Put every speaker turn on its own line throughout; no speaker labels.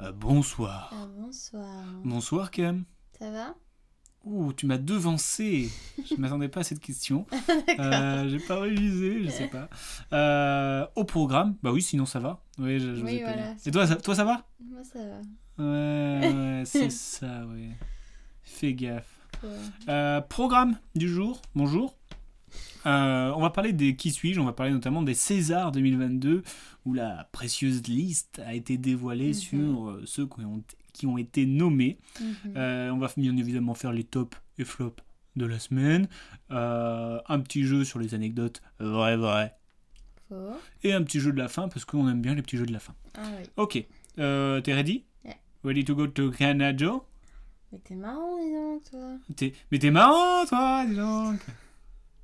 Euh, bonsoir.
Ah, bonsoir.
Bonsoir Cam.
Ça va
Ouh, tu m'as devancé. Je ne m'attendais pas à cette question. Euh, j'ai pas révisé, je sais pas. Euh, au programme, bah oui, sinon ça va. Oui, je, je vous
Oui,
ai pas
voilà.
dit. Et toi, ça, toi, ça va
Moi ça va.
Ouais, ouais, c'est ça, ouais. Fais gaffe.
Quoi
Euh, programme du jour, bonjour. Euh, on va parler des qui suis-je, on va parler notamment des Césars 2022, où la précieuse liste a été dévoilée
Mhm.
sur euh, ceux qui ont, qui ont été nommés.
Mhm.
Euh, on va bien évidemment faire les tops et flops de la semaine, Euh, un petit jeu sur les anecdotes vrai vrai,
Quoi
et un petit jeu de la fin, parce qu'on aime bien les petits jeux de la fin.
Ah oui.
Ok, euh, t'es ready
Ouais.
Ready to go to Canada
Mais t'es marrant, dis donc, toi.
T'es- Mais t'es marrant, toi, dis donc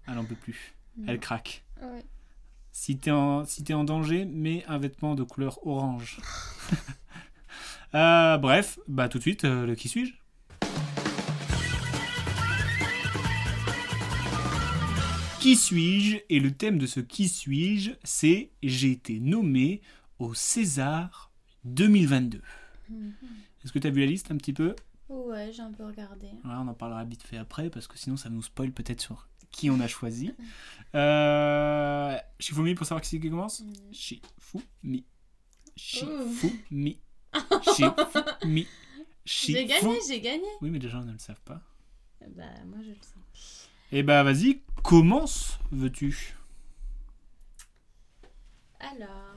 Elle en peut plus. Elle craque.
Ah oui.
Si t'es en, si t'es en danger, mets un vêtement de couleur orange. Euh, bref, bah tout de suite, euh, le qui suis-je Qui suis-je Et le thème de ce qui suis-je, c'est j'ai été nommé au César 2022.
Mhm. Oh
Est-ce que t'as vu la liste un petit peu
Ouais, j'ai un peu regardé.
Ouais, on en parlera vite fait après parce que sinon ça nous spoil peut-être sur qui on a choisi. Euh... Shifumi pour savoir qui c'est qui commence
Mhm.
Shifumi. Shifumi. Shifumi.
J'ai gagné, j'ai gagné.
Oui, mais déjà on ne le savent pas.
Bah, moi je le sais.
Eh bah vas-y, commence veux-tu
Alors,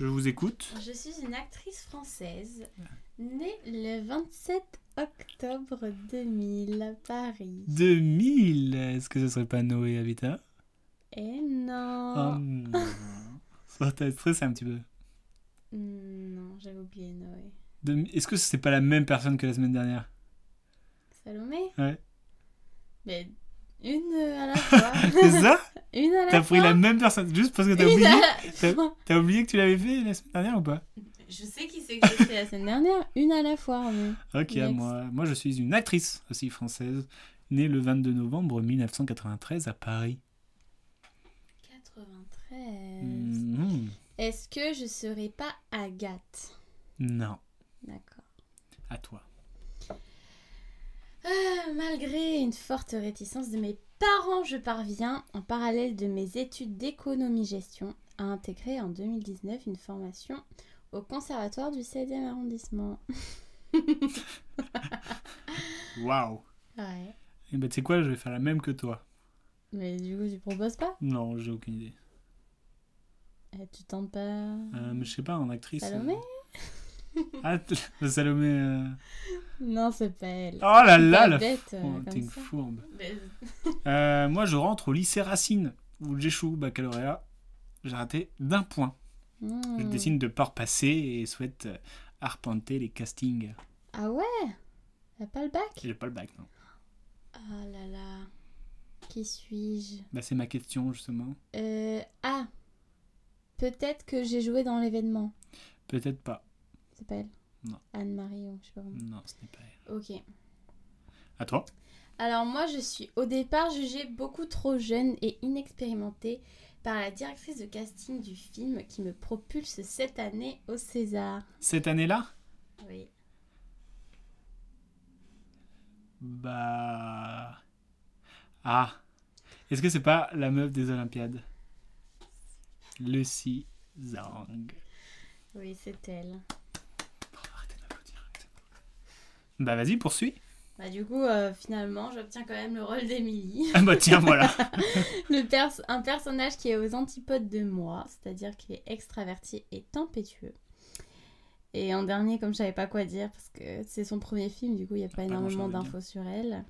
Je vous écoute.
je suis une actrice française née le 27 octobre 2000 à Paris.
2000 Est-ce que ce serait pas Noé Habitat
Eh
Oh
non
non Ça t'a stressé un petit peu.
Non, j'avais oublié Noé.
2000 Est-ce que c'est pas la même personne que la semaine dernière
Salomé
Ouais.
Mais une à la fois.
C'est ça
une à la
T'as pris
fois.
la même personne juste parce que t'as
Une
oublié
à la fois.
T'as oublié que tu l'avais fait la semaine dernière ou pas
Je sais qui c'est que j'ai fait la semaine dernière, une à la fois. mais-
Ok, à
Next.
moi. Moi, je suis une actrice aussi française, née le 22 novembre 1993 à Paris.
93.
Mhm.
Est-ce que je serai pas Agathe
Non,
D'accord.
à toi.
Ah, malgré une forte réticence de mes parents, je parviens, en parallèle de mes études d'économie-gestion, à intégrer en 2019 une formation au Conservatoire du 16e arrondissement.
Waouh
Ouais.
Et ben, tu sais quoi, je vais faire la même que toi.
Mais du coup, tu proposes pas
Non, j'ai aucune idée.
Eh, Tu tentes pas
Euh, mais je sais pas, en actrice. euh,
Mm. Salomé
Ah, t- le Salomé. euh,
Non, c'est pas elle.
Oh là
C'est
là,
pas
la
bête, euh,
fourbe,
comme
t'es une
ça.
fourbe.
Mais-
Euh, moi, je rentre au lycée Racine, où j'échoue au baccalauréat. J'ai raté d'un point. Je
Hmm.
décide de ne pas repasser et souhaite euh, arpenter les castings.
Ah ouais T'as pas le bac
J'ai pas le bac, non.
Ah là là. Qui suis-je
Bah, c'est ma question, justement.
Euh. Ah Peut-être que j'ai joué dans l'événement.
Peut-être pas.
C'est pas elle
Non.
Anne-Marie, ou je sais pas comment.
Non, ce n'est pas elle.
Ok.
À toi
Alors moi, je suis au départ jugée beaucoup trop jeune et inexpérimentée par la directrice de casting du film qui me propulse cette année au César.
Cette année-là
Oui.
Bah. Ah Est-ce que c'est pas la meuf des Olympiades Lucy Zhang.
Oui, c'est elle.
Oh, arrêtez de m'applaudir. arrêtez de m'applaudir. Bah, vas-y, poursuis.
Bah du coup, euh, finalement, j'obtiens quand même le rôle d'Émilie.
Ah, bah, tiens, voilà.
Le pers- un personnage qui est aux antipodes de moi, c'est-à-dire qu'il est extraverti et tempétueux. Et en dernier, comme je savais pas quoi dire, parce que c'est son premier film, du coup il n'y a pas
pas
énormément
grand-chose à dire.
d'infos sur elle,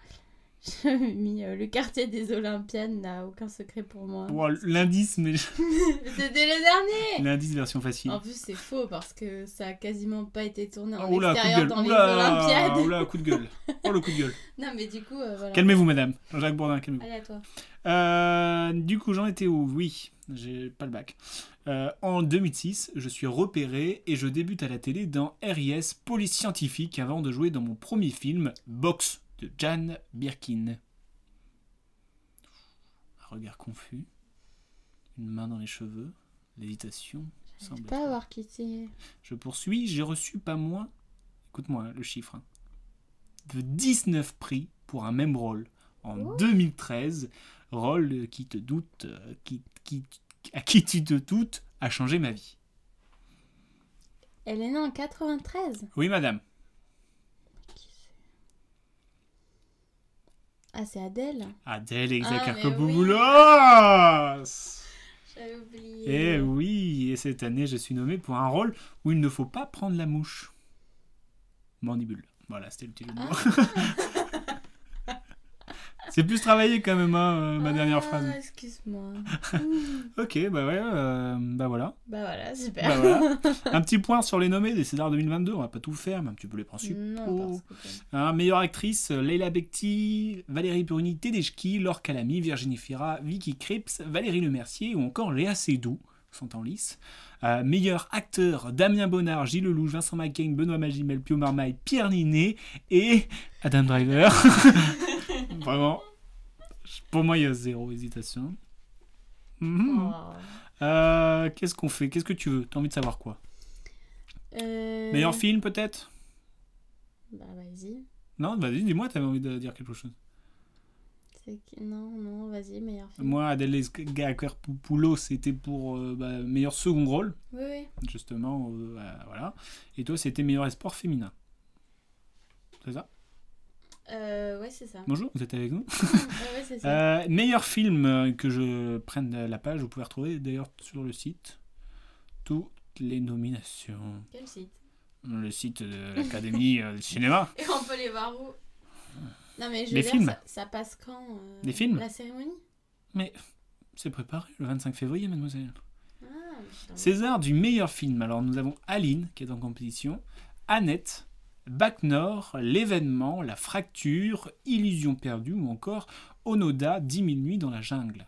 J'ai mis euh, le quartier des Olympiades n'a aucun secret pour moi.
Wow, l'indice, mais
C'était le dernier
l'indice version facile.
En plus, c'est faux parce que ça a quasiment pas été tourné en
Oh là, coup de
extérieur
gueule.
dans
Oh
les
là,
Olympiades.
oh là, coup de gueule. Oh le coup de gueule.
Non, mais du coup, euh, voilà.
Calmez-vous, madame. Jean-Jacques Bourdin, calmez-vous.
Allez à toi.
Euh, du coup, j'en étais où Oui, j'ai pas le bac. Euh, en 2006, je suis repéré et je débute à la télé dans RIS Police Scientifique avant de jouer dans mon premier film, Box, de Jan Birkin. Un regard confus, une main dans les cheveux, l'hésitation.
Je
semble-
pas avoir quitté.
Je poursuis, j'ai reçu pas moins, écoute-moi hein, le chiffre, hein, de 19 prix pour un même rôle en 2013. Rôle euh, qui te doute, euh, qui, qui- à qui tu te doutes, a changé ma vie.
Elle est née en 93.
Oui, madame.
Ah, c'est Adèle.
Adèle et
Ah, mais
Zakakopoulos
J'avais oublié.
Eh oui, et cette année, je suis nommé pour un rôle où il ne faut pas prendre la mouche. Mandibule. Voilà, c'était le petit jeu de mots.
Ah.
C'est plus travaillé quand même, hein, euh, ma dernière phrase.
Ah, excuse-moi.
Ok, bah ouais, euh, bah voilà.
bah voilà, super.
Bah voilà. un petit point sur les nommés des Césars 2022, on va pas tout faire, mais un petit peu les principes.
Non, parce que...
Hein, meilleure actrice, euh, Leila Bekti, Valérie Bruni, Tedeschi, Laure Calamy, Virginie Fira, Vicky Krips, Valérie Lemercier ou encore Léa Seydoux sont en lice. Euh, meilleur acteur, Damien Bonnard, Gilles Lelouch, Vincent McCain, Benoît Magimel, Pio Marmaille, Pierre Ninet et Adam Driver. Vraiment, pour moi, il y a zéro hésitation. Mhm.
Oh.
Euh, Qu'est-ce qu'on fait Qu'est-ce que tu veux T'as envie de savoir quoi
Euh,
Meilleur film, peut-être
Bah vas-y.
Non, vas-y, dis-moi, t'avais envie de dire quelque chose.
C'est qui- Non, non, vas-y, meilleur film.
Moi, Adèle Poulo, c'était pour euh, bah, meilleur second rôle,
Oui, oui.
justement. euh, bah, voilà. Et toi, c'était meilleur espoir féminin. C'est ça
Euh, ouais, c'est ça.
Bonjour, vous êtes avec nous
ouais, ouais, c'est ça.
Euh, Meilleur film euh, que je prenne de la page, vous pouvez retrouver d'ailleurs sur le site toutes les nominations.
Quel site
Le site de l'Académie euh, du cinéma.
Et on peut les voir où Non, mais je veux
Les
dire,
films.
Ça, ça passe quand euh,
Les films
La cérémonie
C'est préparé le 25 février, mademoiselle.
Ah, putain.
César du meilleur film. Alors nous avons Aline qui est en compétition, Annette, Bac Nord, L'événement, La Fracture, Illusion perdue ou encore Onoda, 10 000 nuits dans la jungle.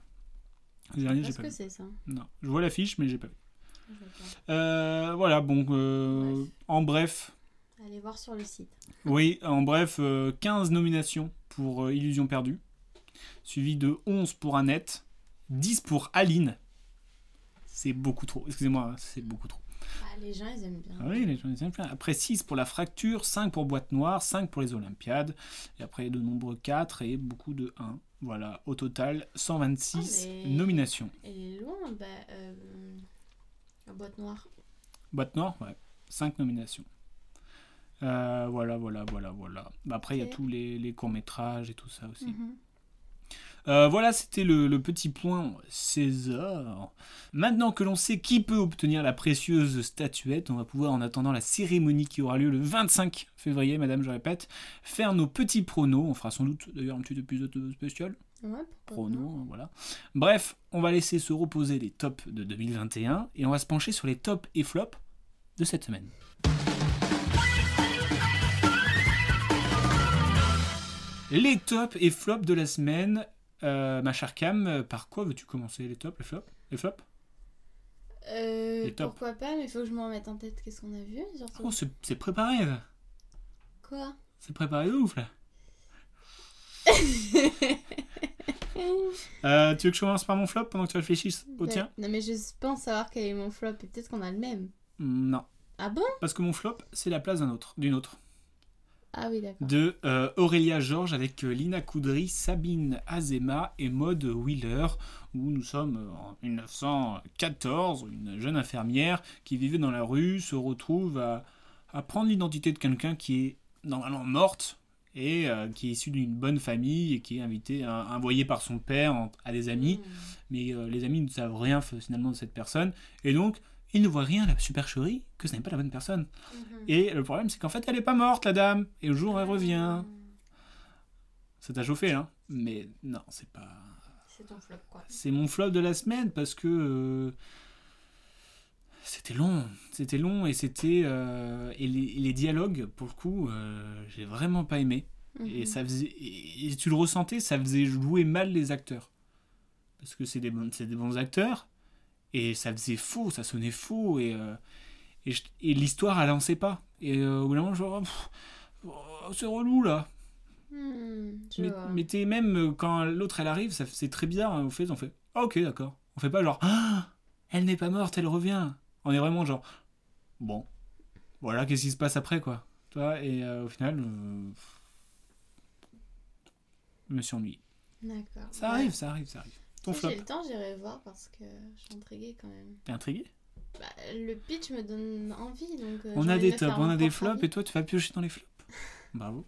Le dernier, j'ai
Est-ce
pas
que
vu.
c'est ça
Non, je vois l'affiche mais j'ai pas vu.
Je vais pas.
Euh, voilà, bon, euh,
Bref.
en bref,
Allez voir sur le site.
oui, en bref, euh, 15 nominations pour euh, Illusion perdue, suivi de 11 pour Annette, 10 pour Aline. C'est beaucoup trop, excusez-moi, c'est beaucoup trop.
Ah, les gens, ils aiment bien.
Ah Oui, les gens, ils aiment bien. Après 6 pour la fracture, 5 pour boîte noire, 5 pour les Olympiades, et après de nombreux 4 et beaucoup de 1. Voilà, au total 126
Ah, mais-
nominations.
Et loin, bah, euh, la boîte noire.
Boîte noire, ouais, 5 nominations. Euh, voilà, voilà, voilà, voilà. Bah, après, il y
Ok.
a tous les, les courts-métrages et tout ça aussi.
Mhm.
Euh, voilà, c'était le, le petit point César. Maintenant que l'on sait qui peut obtenir la précieuse statuette, on va pouvoir, en attendant la cérémonie qui aura lieu le 25 février, madame, je répète, faire nos petits pronos. On fera sans doute d'ailleurs un petit épisode spécial.
Ouais, pourquoi pas.
Pronos, hein, voilà. Bref, on va laisser se reposer les tops de 2021 et on va se pencher sur les tops et flops de cette semaine. Les tops et flops de la semaine. Euh, ma chère Cam, euh, par quoi veux-tu commencer Les tops, les flops Les flops
Euh,
Les tops.
pourquoi pas, mais il faut que je m'en remette en tête qu'est-ce qu'on a vu, surtout.
Oh, c'est c'est préparé là.
Quoi
C'est préparé de ouf là Euh, Tu veux que je commence par mon flop pendant que tu réfléchisses au
Bah,
tien
Non, mais je pense savoir quel est mon flop et peut-être qu'on a le même.
Non.
Ah bon
Parce que mon flop, c'est la place d'un autre, d'une autre.
Ah oui, d'accord.
de euh, Aurélia Georges avec euh, Lina Koudry, Sabine Azema et Maud Wheeler, où nous sommes euh, en 1914. Une jeune infirmière qui vivait dans la rue se retrouve à, à prendre l'identité de quelqu'un qui est normalement morte et euh, qui est issue d'une bonne famille et qui est invitée, à- envoyée par son père en- à des amis
Mm.
mais euh, les amis ne savent rien f- finalement de cette personne, et donc ils ne voient rien à la supercherie que ce n'est pas la bonne personne.
Mhm. Hmm.
Et le problème, c'est qu'en fait, elle n'est pas morte, la dame, et le jour, elle revient. Ça t'a chauffé, hein Mais non, c'est pas.
C'est ton flop, quoi.
C'est mon flop de la semaine parce que. euh, c'était long. C'était long et c'était. euh, et les, les dialogues, pour le coup, euh, j'ai vraiment pas aimé. Et,
Mhm.
ça faisait, et et tu le ressentais, ça faisait jouer mal les acteurs. Parce que c'est des, bons- c'est des bons acteurs, et ça faisait faux, ça sonnait faux, et, euh, et, je- et l'histoire, elle en sait pas. Et euh, au bout d'un moment, genre, Pff, oh, c'est relou là.
Hmm, je
Mais,
vois.
mais t'es même, euh, quand l'autre elle arrive, ça- c'est très bizarre, hein, au fait, on fait, ah, ok, d'accord. On fait pas genre, Ah, elle n'est pas morte, elle revient. On est vraiment genre, bon, voilà, qu'est-ce qui se passe après, quoi. Tu vois, et euh, au final, euh, je me suis ennuyé.
D'accord.
Ça arrive, ça arrive, ça arrive. Ton
Si
flop.
j'ai le temps, j'irai voir parce que je suis intriguée quand même.
T'es intrigué
Bah, le pitch me donne envie donc. euh,
On
j'ai
a
envie de
des
me
tops,
faire
on
mon
a des
propre
flops,
avis.
et toi tu vas piocher dans les flops. Bravo.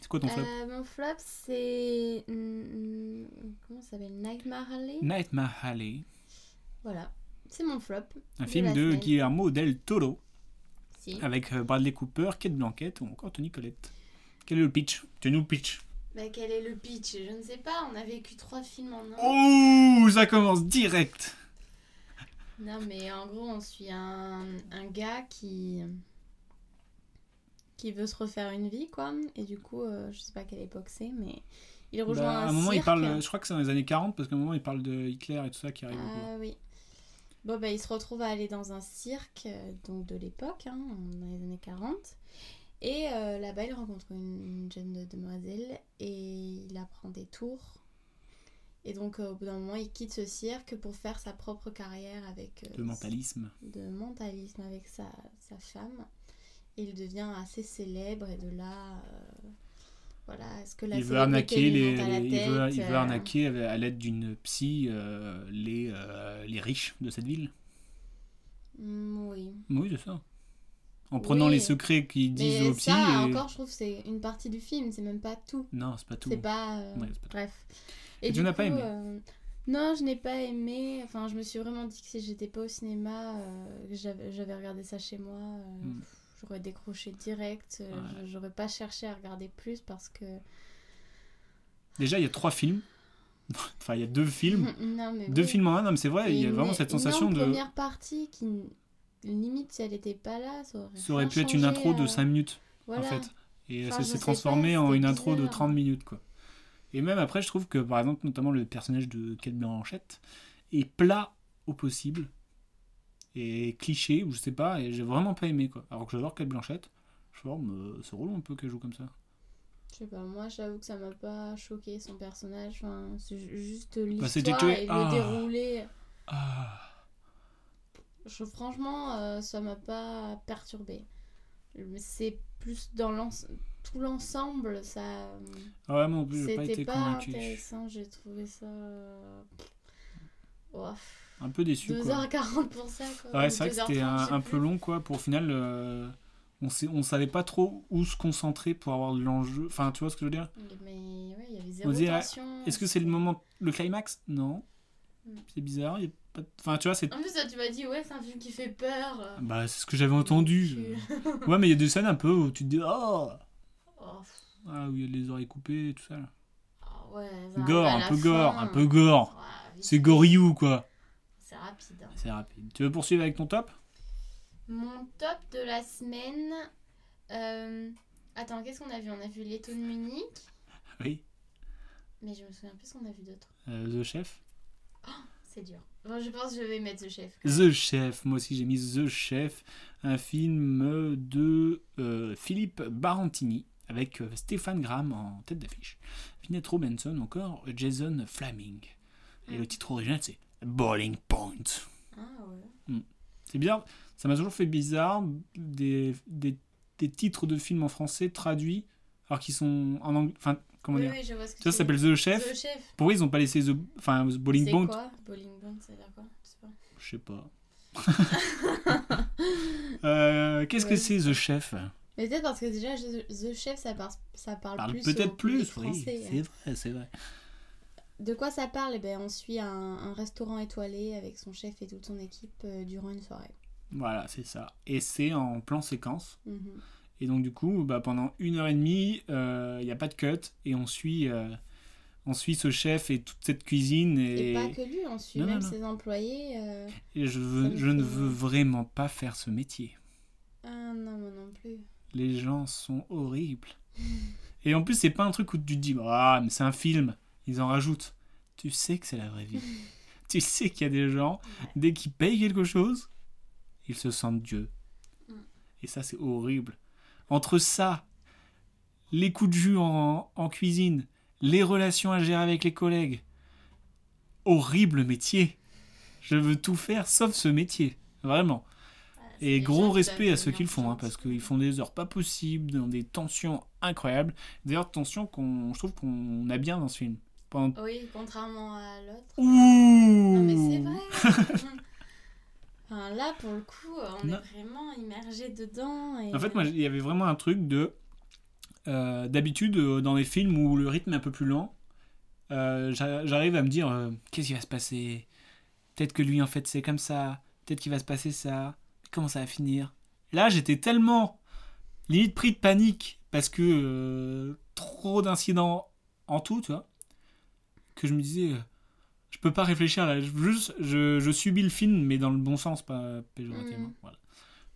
C'est quoi ton flop
Euh, Mon flop, c'est. hmm, hmm, Comment ça s'appelle Nightmare Alley
Nightmare Alley,
Voilà. C'est mon flop.
un
de
film
la
de
semaine.
Guillermo del Toro
Si.
avec euh, Bradley Cooper, Kate Blanquette ou encore Tony Collette. Quel est le pitch Tu nous pitch.
Bah, quel est le pitch Je ne sais pas, on a vécu trois films en un.
Oh, ça commence direct.
Non, mais en gros, on suit un, un gars qui. qui veut se refaire une vie, quoi. Et du coup, euh, je sais pas quelle époque c'est, mais il rejoint
Bah,
un,
à un moment
cirque.
il parle, euh, je crois que c'est dans les années 40 parce qu'à un moment il parle de Hitler et tout ça qui arrive. au pouvoir.
Ah oui. Bon, bah, il se retrouve à aller dans un cirque, euh, donc de l'époque, hein, dans les années 40. Et euh, là-bas, il rencontre une, une jeune demoiselle et il apprend des tours. Et donc, euh, au bout d'un moment, il quitte ce cirque pour faire sa propre carrière avec. euh,
De mentalisme.
de mentalisme avec sa, sa femme. Il devient assez célèbre et de là, euh, voilà, est-ce que la
il veut
célébrité lui
arnaquer les,
monte à la
il veut,
tête,
il veut
euh,
arnaquer avec- à l'aide d'une psy euh, les, euh, les riches de cette ville.
mm, Oui.
Oui, c'est ça. En prenant les secrets qu'ils disent
Mais
aux psy.
ça,
et-
encore, je trouve que c'est une partie du film, c'est même pas tout.
Non, c'est pas tout.
C'est pas, euh,
Ouais, c'est pas tout.
Bref.
Et tu
du
n'as pas
coup,
aimé
euh, Non, je n'ai pas aimé. Enfin, je me suis vraiment dit que si j'étais pas au cinéma, euh, que j'avais j'avais regardé ça chez moi, euh,
Mm.
pff, j'aurais décroché direct. euh,
Ouais.
je- J'aurais pas cherché à regarder plus parce que.
Déjà, il y a trois films. enfin, il y a deux films.
non, mais
deux
bon.
films en un, non, mais c'est vrai,
Et
il y a
une-
vraiment cette sensation
Une
de.
énorme première partie qui, n- limite, si elle n'était pas là, ça aurait.
Ça aurait
rien
pu être une
changé
intro de
à-
5 minutes,
Voilà.
en fait. Et
Enfin,
ça
je
s'est
sais pas,
transformé en
c'était
une intro de
bizarre.
30 minutes, quoi. Et même après, je trouve que, par exemple, notamment le personnage de Kate Blanchette est plat au possible. Et cliché, ou je sais pas, et j'ai vraiment pas aimé, quoi. Alors que j'adore Kate Blanchette, je forme, c'est relou un peu qu'elle joue comme ça.
Je sais pas, moi j'avoue que ça m'a pas choqué son personnage. Enfin, c'est ju- juste l'histoire
Bah, c'était que-
et le
Ah.
déroulé.
Ah,
Je, franchement, euh, ça m'a pas perturbé. C'est plus dans l'ense- tout l'ensemble, ça. euh,
ouais, moi non plus, j'ai pas
C'était
été
pas,
convaincu.
intéressant, j'ai trouvé ça. euh, ouaf.
Un peu déçu, quoi.
2h40 pour ça quoi.
Ouais,
Ou
c'est vrai que c'était
2h30, je
un,
sais
un
plus.
peu long, quoi. Pour au final, euh, on, sait, on savait pas trop où se concentrer pour avoir de l'enjeu. Enfin, tu vois ce que je veux dire
Mais ouais, il y avait zéro
On dirait,
tension.
ah, Est-ce que c'est le moment, le climax Non.
Mm.
C'est bizarre. y a pas de- Enfin, tu vois, c'est.
En plus, toi, tu m'as dit, ouais, c'est un film qui fait peur.
Bah, c'est ce que j'avais entendu.
Tu-
ouais, mais il y a des scènes un peu où tu te dis Oh
Oh, pff,
Ah, où il y a les oreilles coupées et tout ça. là.
ah ouais, ça arrive
Gore,
à
un
la
peu gore,
fin.
un peu gore.
Ouais, vite.
C'est goriou, quoi.
C'est rapide. hein.
C'est rapide. Tu veux poursuivre avec ton top
Mon top de la semaine. euh, Attends, qu'est-ce qu'on a vu On a vu L'étau de Munich,
Oui.
mais je me souviens plus ce qu'on a vu d'autre.
Euh, The Chef.
C'est dur. Bon, je pense que je vais mettre The Chef.
The Chef, moi aussi j'ai mis The Chef, un film de euh, Philippe Barantini avec euh, Stéphane Graham en tête d'affiche, Vinette Robinson encore Jason Fleming. Et
Mm.
le titre original c'est Bowling Point.
Ah ouais.
C'est bizarre, ça m'a toujours fait bizarre des, des, des titres de films en français traduits alors qu'ils sont en anglais. Enfin, comment
Oui,
dire
oui, je vois ce que
Ça
tu
s'appelle
veux
The
dire.
Chef.
The Chef.
Pourquoi ils ont pas laissé The, enfin, The Bowling
C'est
Point
quoi Bowling Bond, ça veut dire quoi Je sais pas.
Je sais pas. Euh, Qu'est-ce que
Ouais.
c'est The Chef
Mais peut-être parce que déjà, je- The Chef, ça, par- ça parle,
Parle
plus. au
peut-être plus,
public
oui.
français. hein.
C'est vrai, c'est vrai.
De quoi ça parle Eh ben, On suit un, un restaurant étoilé avec son chef et toute son équipe euh, durant une soirée.
Voilà, c'est ça. Et c'est en plan séquence.
Mhm.
Et donc, du coup, bah, pendant une heure et demie, euh, il n'y a pas de cut. Et on suit, euh, on suit ce chef et toute cette cuisine.
Et
Et,
pas que lui, on suit
Non, non,
même
non.
ses employés. euh,
et je, veux-
me
je ne
fait-
veux vraiment pas faire ce métier.
Ah non, moi non plus.
Les gens sont horribles. Et en plus, c'est pas un truc où tu te dis, ah, mais c'est un film. Ils en rajoutent. Tu sais que c'est la vraie vie. tu sais qu'il y a des gens, dès qu'ils payent quelque chose, ils se sentent Dieu.
Mm.
Et ça, c'est horrible. Entre ça, les coups de jus en, en cuisine, les relations à gérer avec les collègues, horrible métier. Je veux tout faire sauf ce métier. Vraiment.
Ah,
Et gros respect à ceux qui le font, hein, parce qu'ils font des heures pas possibles, dans des tensions incroyables. D'ailleurs, tensions qu'on, je trouve qu'on a bien dans ce film. Pendant-
Oui, contrairement à l'autre.
Ouh
Non, mais c'est vrai. Enfin, là, pour le coup, euh, on
Non.
est vraiment immergé dedans. Et...
En fait, moi, il y avait vraiment un truc de. euh, d'habitude, euh, dans les films où le rythme est un peu plus lent, euh, j'a- j'arrive à me dire euh, qu'est-ce qui va se passer Peut-être que lui, en fait, c'est comme ça. Peut-être qu'il va se passer ça. Comment ça va finir Là, j'étais tellement limite pris de panique parce que euh, trop d'incidents en tout, tu vois, que je me disais. euh, je peux pas réfléchir là, je, juste je, je subis le film, mais dans le bon sens, pas péjorativement.
Mhm.
Voilà.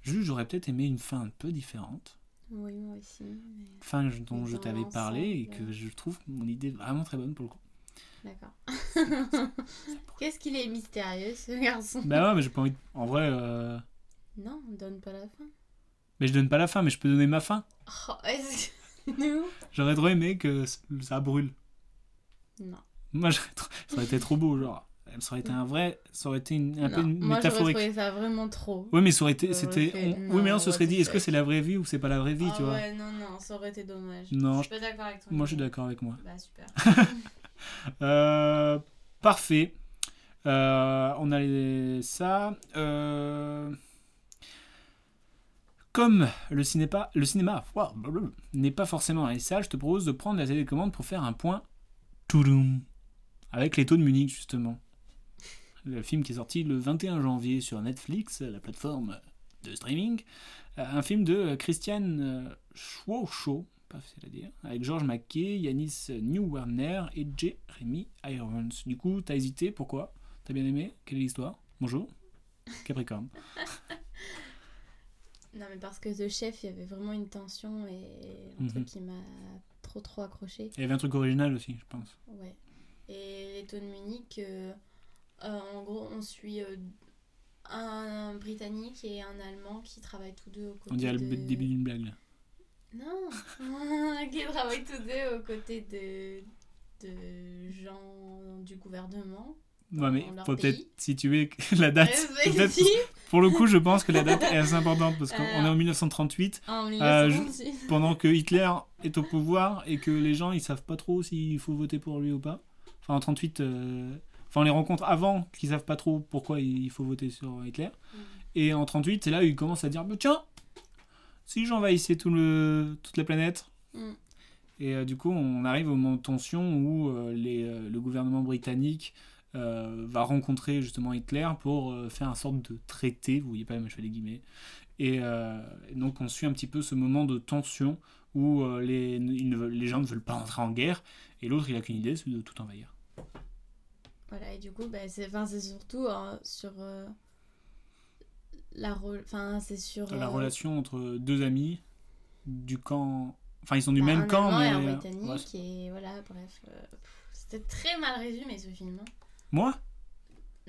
Juste, j'aurais peut-être aimé une fin un peu différente.
Oui, moi aussi. mais-
Fin je- dont
Mais
je
dans
t'avais parlé et
l'ensemble,
que je trouve mon idée vraiment très bonne pour le coup.
D'accord. Qu'est-ce qu'il est mystérieux, ce garçon.
bah ouais, mais j'ai pas envie. de- En vrai, euh,
Non, on donne pas la fin.
mais je donne pas la fin, mais je peux donner ma fin.
Oh, est-ce que... Nous
J'aurais trop aimé que c- ça brûle.
Non.
Moi, j'aurais trop- ça aurait été trop beau, genre. Ça aurait été un vrai. Ça aurait été une- un peu
Non.
une
Moi, j'aurais
métaphorique.
trouvé ça vraiment trop.
Oui, mais ça aurait été.
J'aurais
C'était.
fait,
on-
non,
Oui, mais on se
what
serait
the
dit, est-ce que
fuck.
c'est la vraie vie ou c'est pas la vraie vie,
Ah
tu vois
ouais, non, non, ça aurait été dommage.
Non,
je suis pas d'accord avec toi.
Moi, je suis d'accord avec moi.
Bah, super.
Euh, parfait. Euh, on a les- ça. Euh, Comme le cinéma, le cinéma ouah, blablabla, n'est pas forcément dans les salles, je te propose de prendre la télécommande pour faire un point toudoum, avec les taux de Munich, justement. Le film qui est sorti le 21 janvier sur Netflix, la plateforme de streaming. Euh, Un film de Christian euh, Schwocho, pas facile à dire, hein. avec George Mackey, Yanis New Warner et Jeremy Irons. Du coup, t'as hésité, pourquoi T'as bien aimé Quelle est l'histoire Bonjour Capricorne.
Non, mais parce que The Chef, il y avait vraiment une tension et un
Mhm.
truc qui m'a trop trop accroché.
Il y avait un truc original aussi, je pense.
Ouais. Et les taux de Munich, euh, euh, en gros, on suit euh, un Britannique et un Allemand qui travaillent tous deux aux côtés.
On dirait le
de...
b- début d'une blague. là.
Non Qui travaillent tous deux aux côtés de, de gens du gouvernement. Euh,
Ouais, mais
dans leur
faut peut-être
pays.
situer la date. Peut-être-
respectifs,
Pour le coup, je pense que la date est assez importante parce qu'on
Euh,
est en 1938,
en
Euh, je-
1936.
pendant que Hitler est au pouvoir et que les gens ils savent pas trop s'il faut voter pour lui ou pas. Enfin, en 38, euh, enfin, on les rencontre avant qu'ils savent pas trop pourquoi il faut voter sur Hitler.
Mhm.
Et en 38, c'est là où ils commencent à dire Bah, tiens, si j'envahissais tout le, toute la planète.
Mm.
Et euh, du coup, on arrive au moment de tension où euh, les, euh, le gouvernement britannique euh, va rencontrer justement Hitler pour euh, faire un sorte de traité. Vous voyez pas, mais je fais des guillemets. Et euh, donc, on suit un petit peu ce moment de tension où euh, les, ils ne veulent- les gens ne veulent pas entrer en guerre et l'autre, il a qu'une idée, c'est de tout envahir.
Voilà, et du coup, bah, c'est enfin, c'est surtout hein, sur. euh, la re- Enfin, c'est sur.
la
euh,
relation entre deux amis du camp. Enfin, ils sont du
bah,
même
un
camp,
Allemand
mais.
Et
euh,
un
Ouais.
britannique, et voilà, bref. euh, pff, C'était très mal résumé ce film. hein.
Moi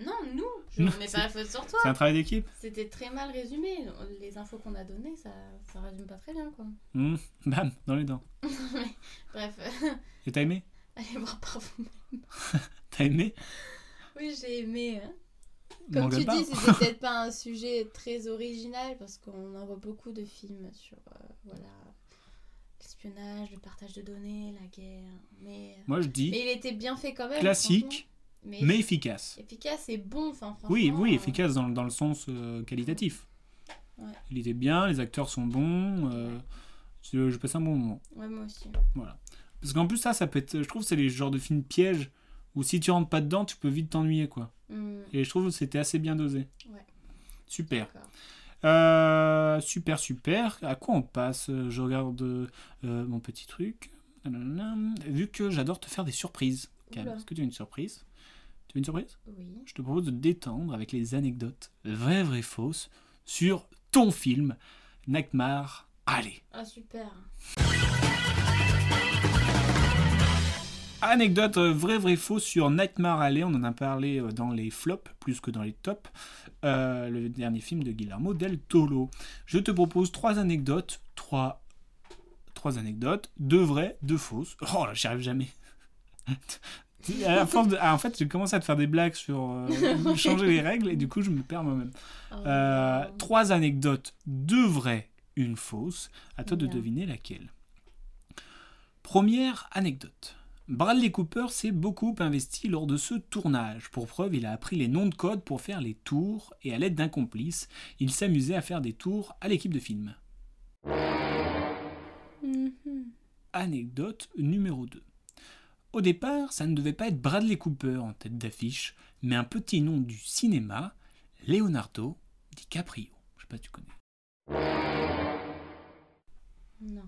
Non, nous, je ne
Non,
mets
c'est-
pas la faute sur toi.
C'est un travail d'équipe
C'était très mal résumé. Les infos qu'on a données, ça, ça résume pas très bien, quoi.
Mmh, Bam, dans les dents.
Bref, euh,
Et t'as aimé
allez voir par vous.
T'as aimé
Oui, j'ai aimé. hein. Comme
M'engueule
tu
pas.
dis, c'était peut-être pas un sujet très original parce qu'on en voit beaucoup de films sur euh, voilà l'espionnage, le partage de données, la guerre. Mais,
Moi, je dis
mais il était bien fait quand même.
classique,
franchement. Mais,
mais efficace.
efficace et bon, enfin franchement.
Oui, oui,
euh,
efficace dans, dans le sens euh, qualitatif.
Ouais.
Il était bien, les acteurs sont bons. euh,
Ouais.
je je passe un bon moment.
Ouais, moi aussi.
Voilà. Parce qu'en plus, ça, ça peut être. Je trouve que c'est les genres de films pièges où si tu rentres pas dedans, tu peux vite t'ennuyer, quoi.
Hmm,
Et je trouve que c'était assez bien dosé.
Ouais.
Super.
d'accord.
Euh, Euh, super, super. À quoi on passe Je regarde euh, mon petit truc. Nanana. Vu que j'adore te faire des surprises. Cam,
Oula.
Est-ce que tu as une surprise Tu as une surprise
Oui.
Je te propose de te détendre avec les anecdotes vraies, vraies, fausses sur ton film, Nakmar. Allez
Ah, super.
Anecdote euh, vrai vrai faux sur Nightmare Alley, on en a parlé euh, dans les flops plus que dans les tops, Euh, le dernier film de Guillermo del Toro. Je te propose trois anecdotes, trois, trois anecdotes, deux vraies, deux fausses. Oh là, j'y arrive jamais. à la force de- ah, en fait, j'ai commencé à te faire des blagues sur euh, changer les règles et du coup, je me perds moi-même.
Oh,
Euh,
wow.
trois anecdotes, deux vraies, une fausse. À toi de
Bien.
deviner laquelle. Première anecdote. Bradley Cooper s'est beaucoup investi lors de ce tournage. Pour preuve, il a appris les noms de code pour faire les tours et à l'aide d'un complice, il s'amusait à faire des tours à l'équipe de film.
Mhm.
Anecdote numéro 2. Au départ, ça ne devait pas être Bradley Cooper en tête d'affiche, mais un petit nom du cinéma, Leonardo DiCaprio. Je sais pas si tu connais.
Non.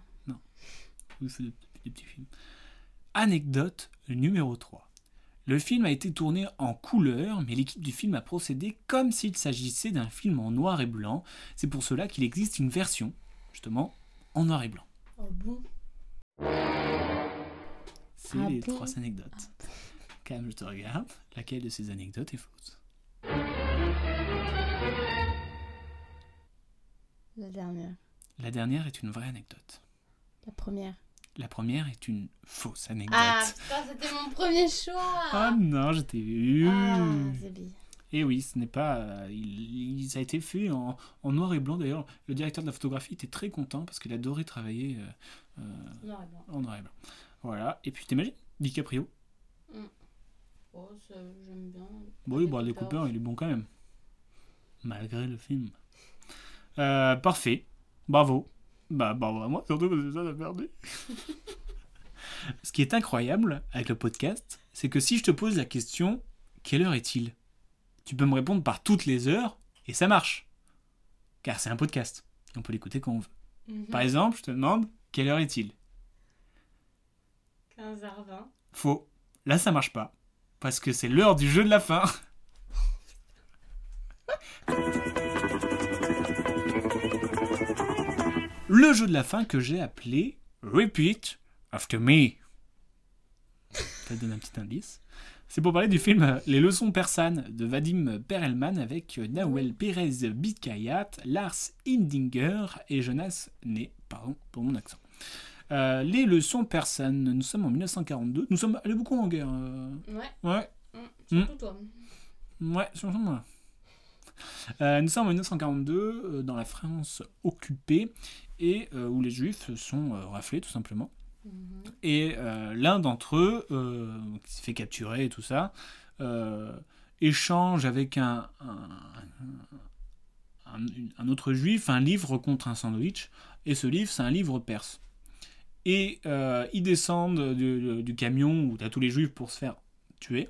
Oui, je fais des, des petits films. Anecdote numéro 3. Le film a été tourné en couleur, mais l'équipe du film a procédé comme s'il s'agissait d'un film en noir et blanc. C'est pour cela qu'il existe une version, justement, en noir et blanc.
Oh bon.
C'est
Ah
les
bon
trois anecdotes. Cam, je te regarde. Laquelle de ces anecdotes est fausse
La dernière.
La dernière est une vraie anecdote.
La première.
La première est une fausse anecdote.
Ah, putain, c'était mon premier choix.
Oh non, je t'ai eu.
Ah, Zébi.
Et Eh oui, ce n'est pas. euh, il, il- ça a été fait en, en noir et blanc. D'ailleurs, le directeur de la photographie était très content parce qu'il adorait travailler euh, euh,
Noir et blanc.
en noir et blanc. Voilà. Et puis, t'imagines DiCaprio
Oh, ça, j'aime bien.
Bon, Bah oui, Bradley
Cooper.
Cooper, il est bon quand même. Malgré le film. Euh, parfait. Bravo. Bah, bravo à moi, surtout parce que ça, j'ai perdu. Ce qui est incroyable avec le podcast, c'est que si je te pose la question quelle heure est-il Tu peux me répondre par toutes les heures et ça marche. Car c'est un podcast. Et on peut l'écouter quand on veut.
Mhm.
Par exemple, je te demande quelle heure est-il
15h20.
Faux. Là, ça marche pas. Parce que c'est l'heure du jeu de la fin. Le jeu de la fin que j'ai appelé Repeat After Me. Ça te donne un petit indice. C'est pour parler du film euh, Les leçons persanes de Vadim Perelman avec euh, Nawel Pérez Bikayat, Lars Hindinger et Jonas Ney. Pardon pour mon accent. Euh, les leçons persanes. Nous sommes en 1942. Nous sommes allés beaucoup en guerre. euh,
Ouais, Mm.
Ouais. Mm.
surtout toi.
Ouais, sur moi. Euh, nous sommes en 1942, euh, dans la France occupée, et euh, où les Juifs se sont euh, raflés, tout simplement.
Mhm.
Et euh, l'un d'entre eux, euh, qui se fait capturer et tout ça, euh, échange avec un, un- un- un autre Juif un livre contre un sandwich, et ce livre, c'est un livre perse. Et euh, ils descendent du, du camion où t'as tous les Juifs pour se faire tuer.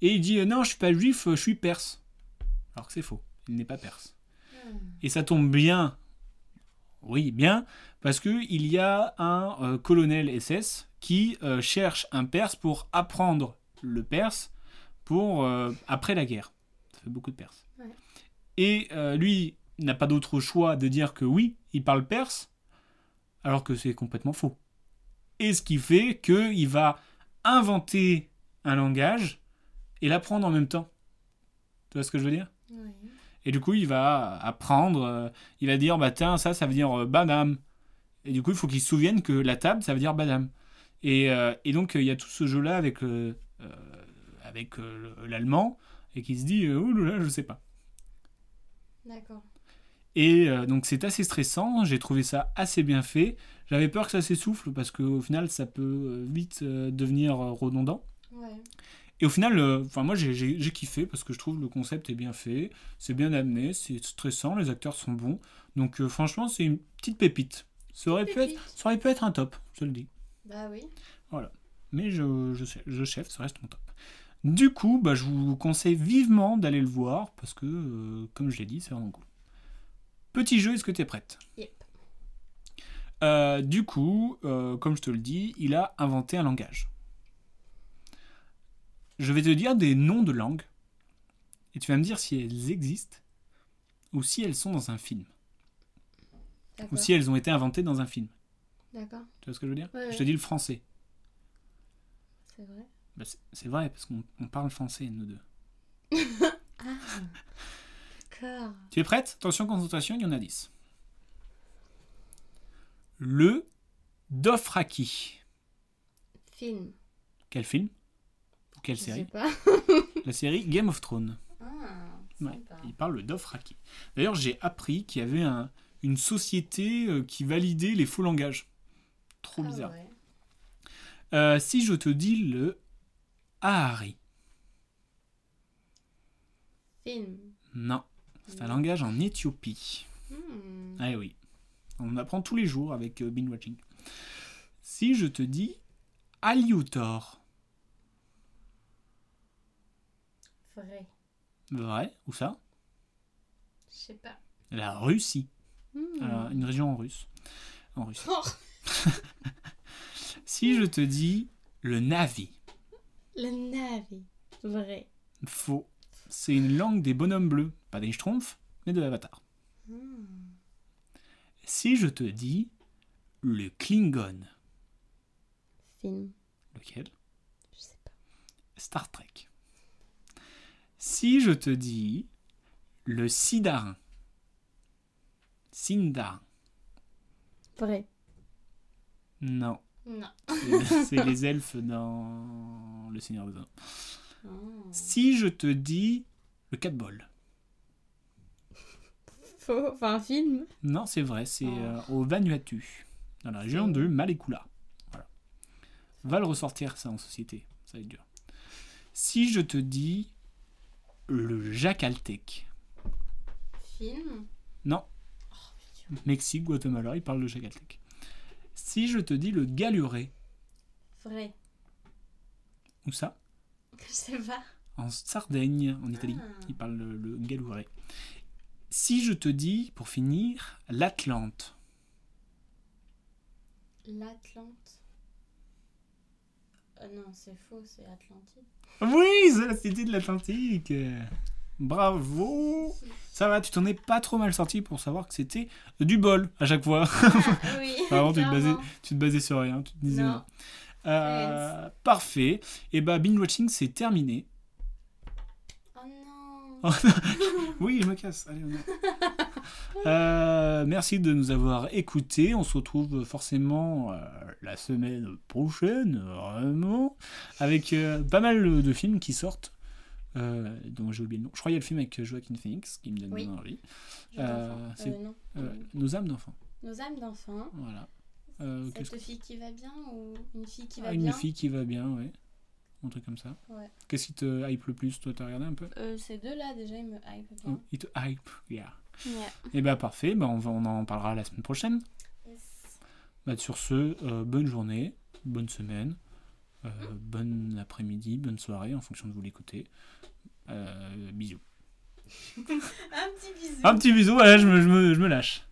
Et il dit euh, non, je suis pas juif, euh, je suis perse. Alors que c'est faux, il n'est pas perse. Et ça tombe bien, oui bien, parce que il y a un euh, colonel SS qui euh, cherche un perse pour apprendre le perse pour euh, après la guerre. Ça fait beaucoup de perse.
Ouais.
Et euh, lui n'a pas d'autre choix de dire que oui, il parle perse, alors que c'est complètement faux. Et ce qui fait que il va inventer un langage et l'apprendre en même temps. Tu vois ce que je veux dire
Oui.
Et du coup, il va apprendre, euh, il va dire, bah tiens, ça, ça veut dire euh, banam. Et du coup, il faut qu'il se souvienne que la table, ça veut dire banam. Et, euh, et donc, euh, il y a tout ce jeu-là avec, euh, euh, avec euh, le- l'allemand, et qui se dit, euh, ouh là là, je sais pas.
D'accord.
Et euh, donc c'est assez stressant, j'ai trouvé ça assez bien fait. J'avais peur que ça s'essouffle parce qu'au final ça peut euh, vite euh, devenir euh, redondant.
Ouais.
Et au final, euh, enfin moi j'ai- j'ai j'ai kiffé parce que je trouve le concept est bien fait, c'est bien amené, c'est stressant, les acteurs sont bons. Donc euh, franchement, c'est une petite pépite. Ça aurait, pu être,
Pépite.
ça aurait pu être un top, je te le dis.
Bah oui.
Mais je, je, sais- je chef, ça reste mon top. Du coup, bah, je vous conseille vivement d'aller le voir parce que, euh, comme je l'ai dit, c'est vraiment cool. Petit jeu, est-ce que t'es prête
Yep.
Euh, du coup, euh, comme je te le dis, il a inventé un langage. Je vais te dire des noms de langues et tu vas me dire si elles existent ou si elles sont dans un film ou
D'accord.
si elles ont été inventées dans un film.
D'accord.
Tu vois ce que je veux dire
Ouais,
Je te
ouais.
dis le français.
C'est vrai.
Bah, c'est- c'est vrai parce qu'on on parle français nous deux.
D'accord.
Tu es prête Attention, concentration, il y en a 10. Le Dothraki.
Film.
Quel film Ou quelle
Je sais
série
pas.
La série Game of Thrones.
Ah,
Ouais,
sympa.
il parle le Dothraki. D'ailleurs, j'ai appris qu'il y avait un- une société euh, qui validait les faux langages. Trop
Ah
bizarre.
ouais.
Euh, si je te dis le Ahari.
Film.
Non, c'est un
Non.
langage en Éthiopie.
Hmm.
Ah oui, on apprend tous les jours avec euh, Binge Watching. Si je te dis Aliutor,
Vrai.
vrai, où ça
Je sais pas.
La Russie,
Hmm.
Alors, une région en russe. En russe.
Oh,
Si
Hmm.
je te dis le Navi,
le navi. Vrai.
Faux. C'est une langue des bonhommes bleus, pas des schtroumpfs, mais de Avatar.
Hmm.
Si je te dis le Klingon,
Film.
lequel
Je sais pas.
Star Trek. Si je te dis le Sindarin, Sindarin.
Vrai.
Non,
Non.
c'est- c'est les elfes dans Le Seigneur des Anneaux.
Oh.
Si je te dis le Catball.
Faux. Enfin, film.
Non, c'est vrai, c'est
Oh.
euh, au Vanuatu, dans la région de Malekula. Voilà. Va le ressortir, ça, en société. Ça va être dur. Si je te dis le Jacaltec.
Film.
Non,
Oh, putain.
Mexique, Guatemala, ils parlent de Jacaltec. Si je te dis le Galuré.
Vrai.
Où ça
Je sais pas.
En Sardaigne, en Italie.
Ah.
Ils parlent le, le Galuré. Si je te dis, pour finir, l'Atlante.
L'Atlante. Euh, non, c'est faux, c'est Atlantide.
Oui, c'est la cité de l'Atlantique. Bravo. Ça va, tu t'en es pas trop mal sorti pour savoir que c'était du bol à chaque fois.
Ah, oui.
Avant, tu te, basais,
clairement.
tu te basais sur rien. Tu te disais
Non.
non. Euh, parfait. Et bah, binge watching, c'est terminé.
Oh non.
Oh, Oui, je me casse. Allez, on y va. Euh, merci de nous avoir écoutés. On se retrouve forcément euh, la semaine prochaine, vraiment, avec euh, pas mal de films qui sortent. Euh, dont j'ai oublié le nom. Je crois qu'il y a le film avec Joaquin Phoenix qui me donne
Oui.
envie.
J'ai d'enfants.
euh,
Euh,
c'est-
non.
Euh, nos âmes d'enfants.
Nos âmes d'enfants.
Voilà. Euh, qu'est-ce
Cette fille qui va bien ou une fille qui
que-
va
Ah, une
bien
fille qui va bien, ouais. Un truc comme ça.
Ouais.
Qu'est-ce qui te hype le plus Toi, t'as regardé un peu
Euh, Ces deux-là, déjà, ils me hype
Oh,
bien.
Il te hype, yeah.
Yeah.
Et bah parfait, bah, on, va, on en parlera la semaine prochaine.
Yes.
Bah, sur ce, euh, bonne journée, bonne semaine, euh, bon après-midi, bonne soirée en fonction de vous l'écouter. Euh, bisous.
Un petit bisou.
Un petit bisou, voilà, je me, je me- je me lâche.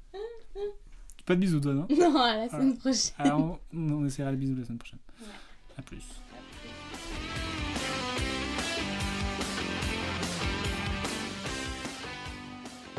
Pas de bisous toi, non
Non, à la semaine prochaine.
Alors, on, on essaiera le bisou la semaine prochaine.
Ouais.
A plus.
Je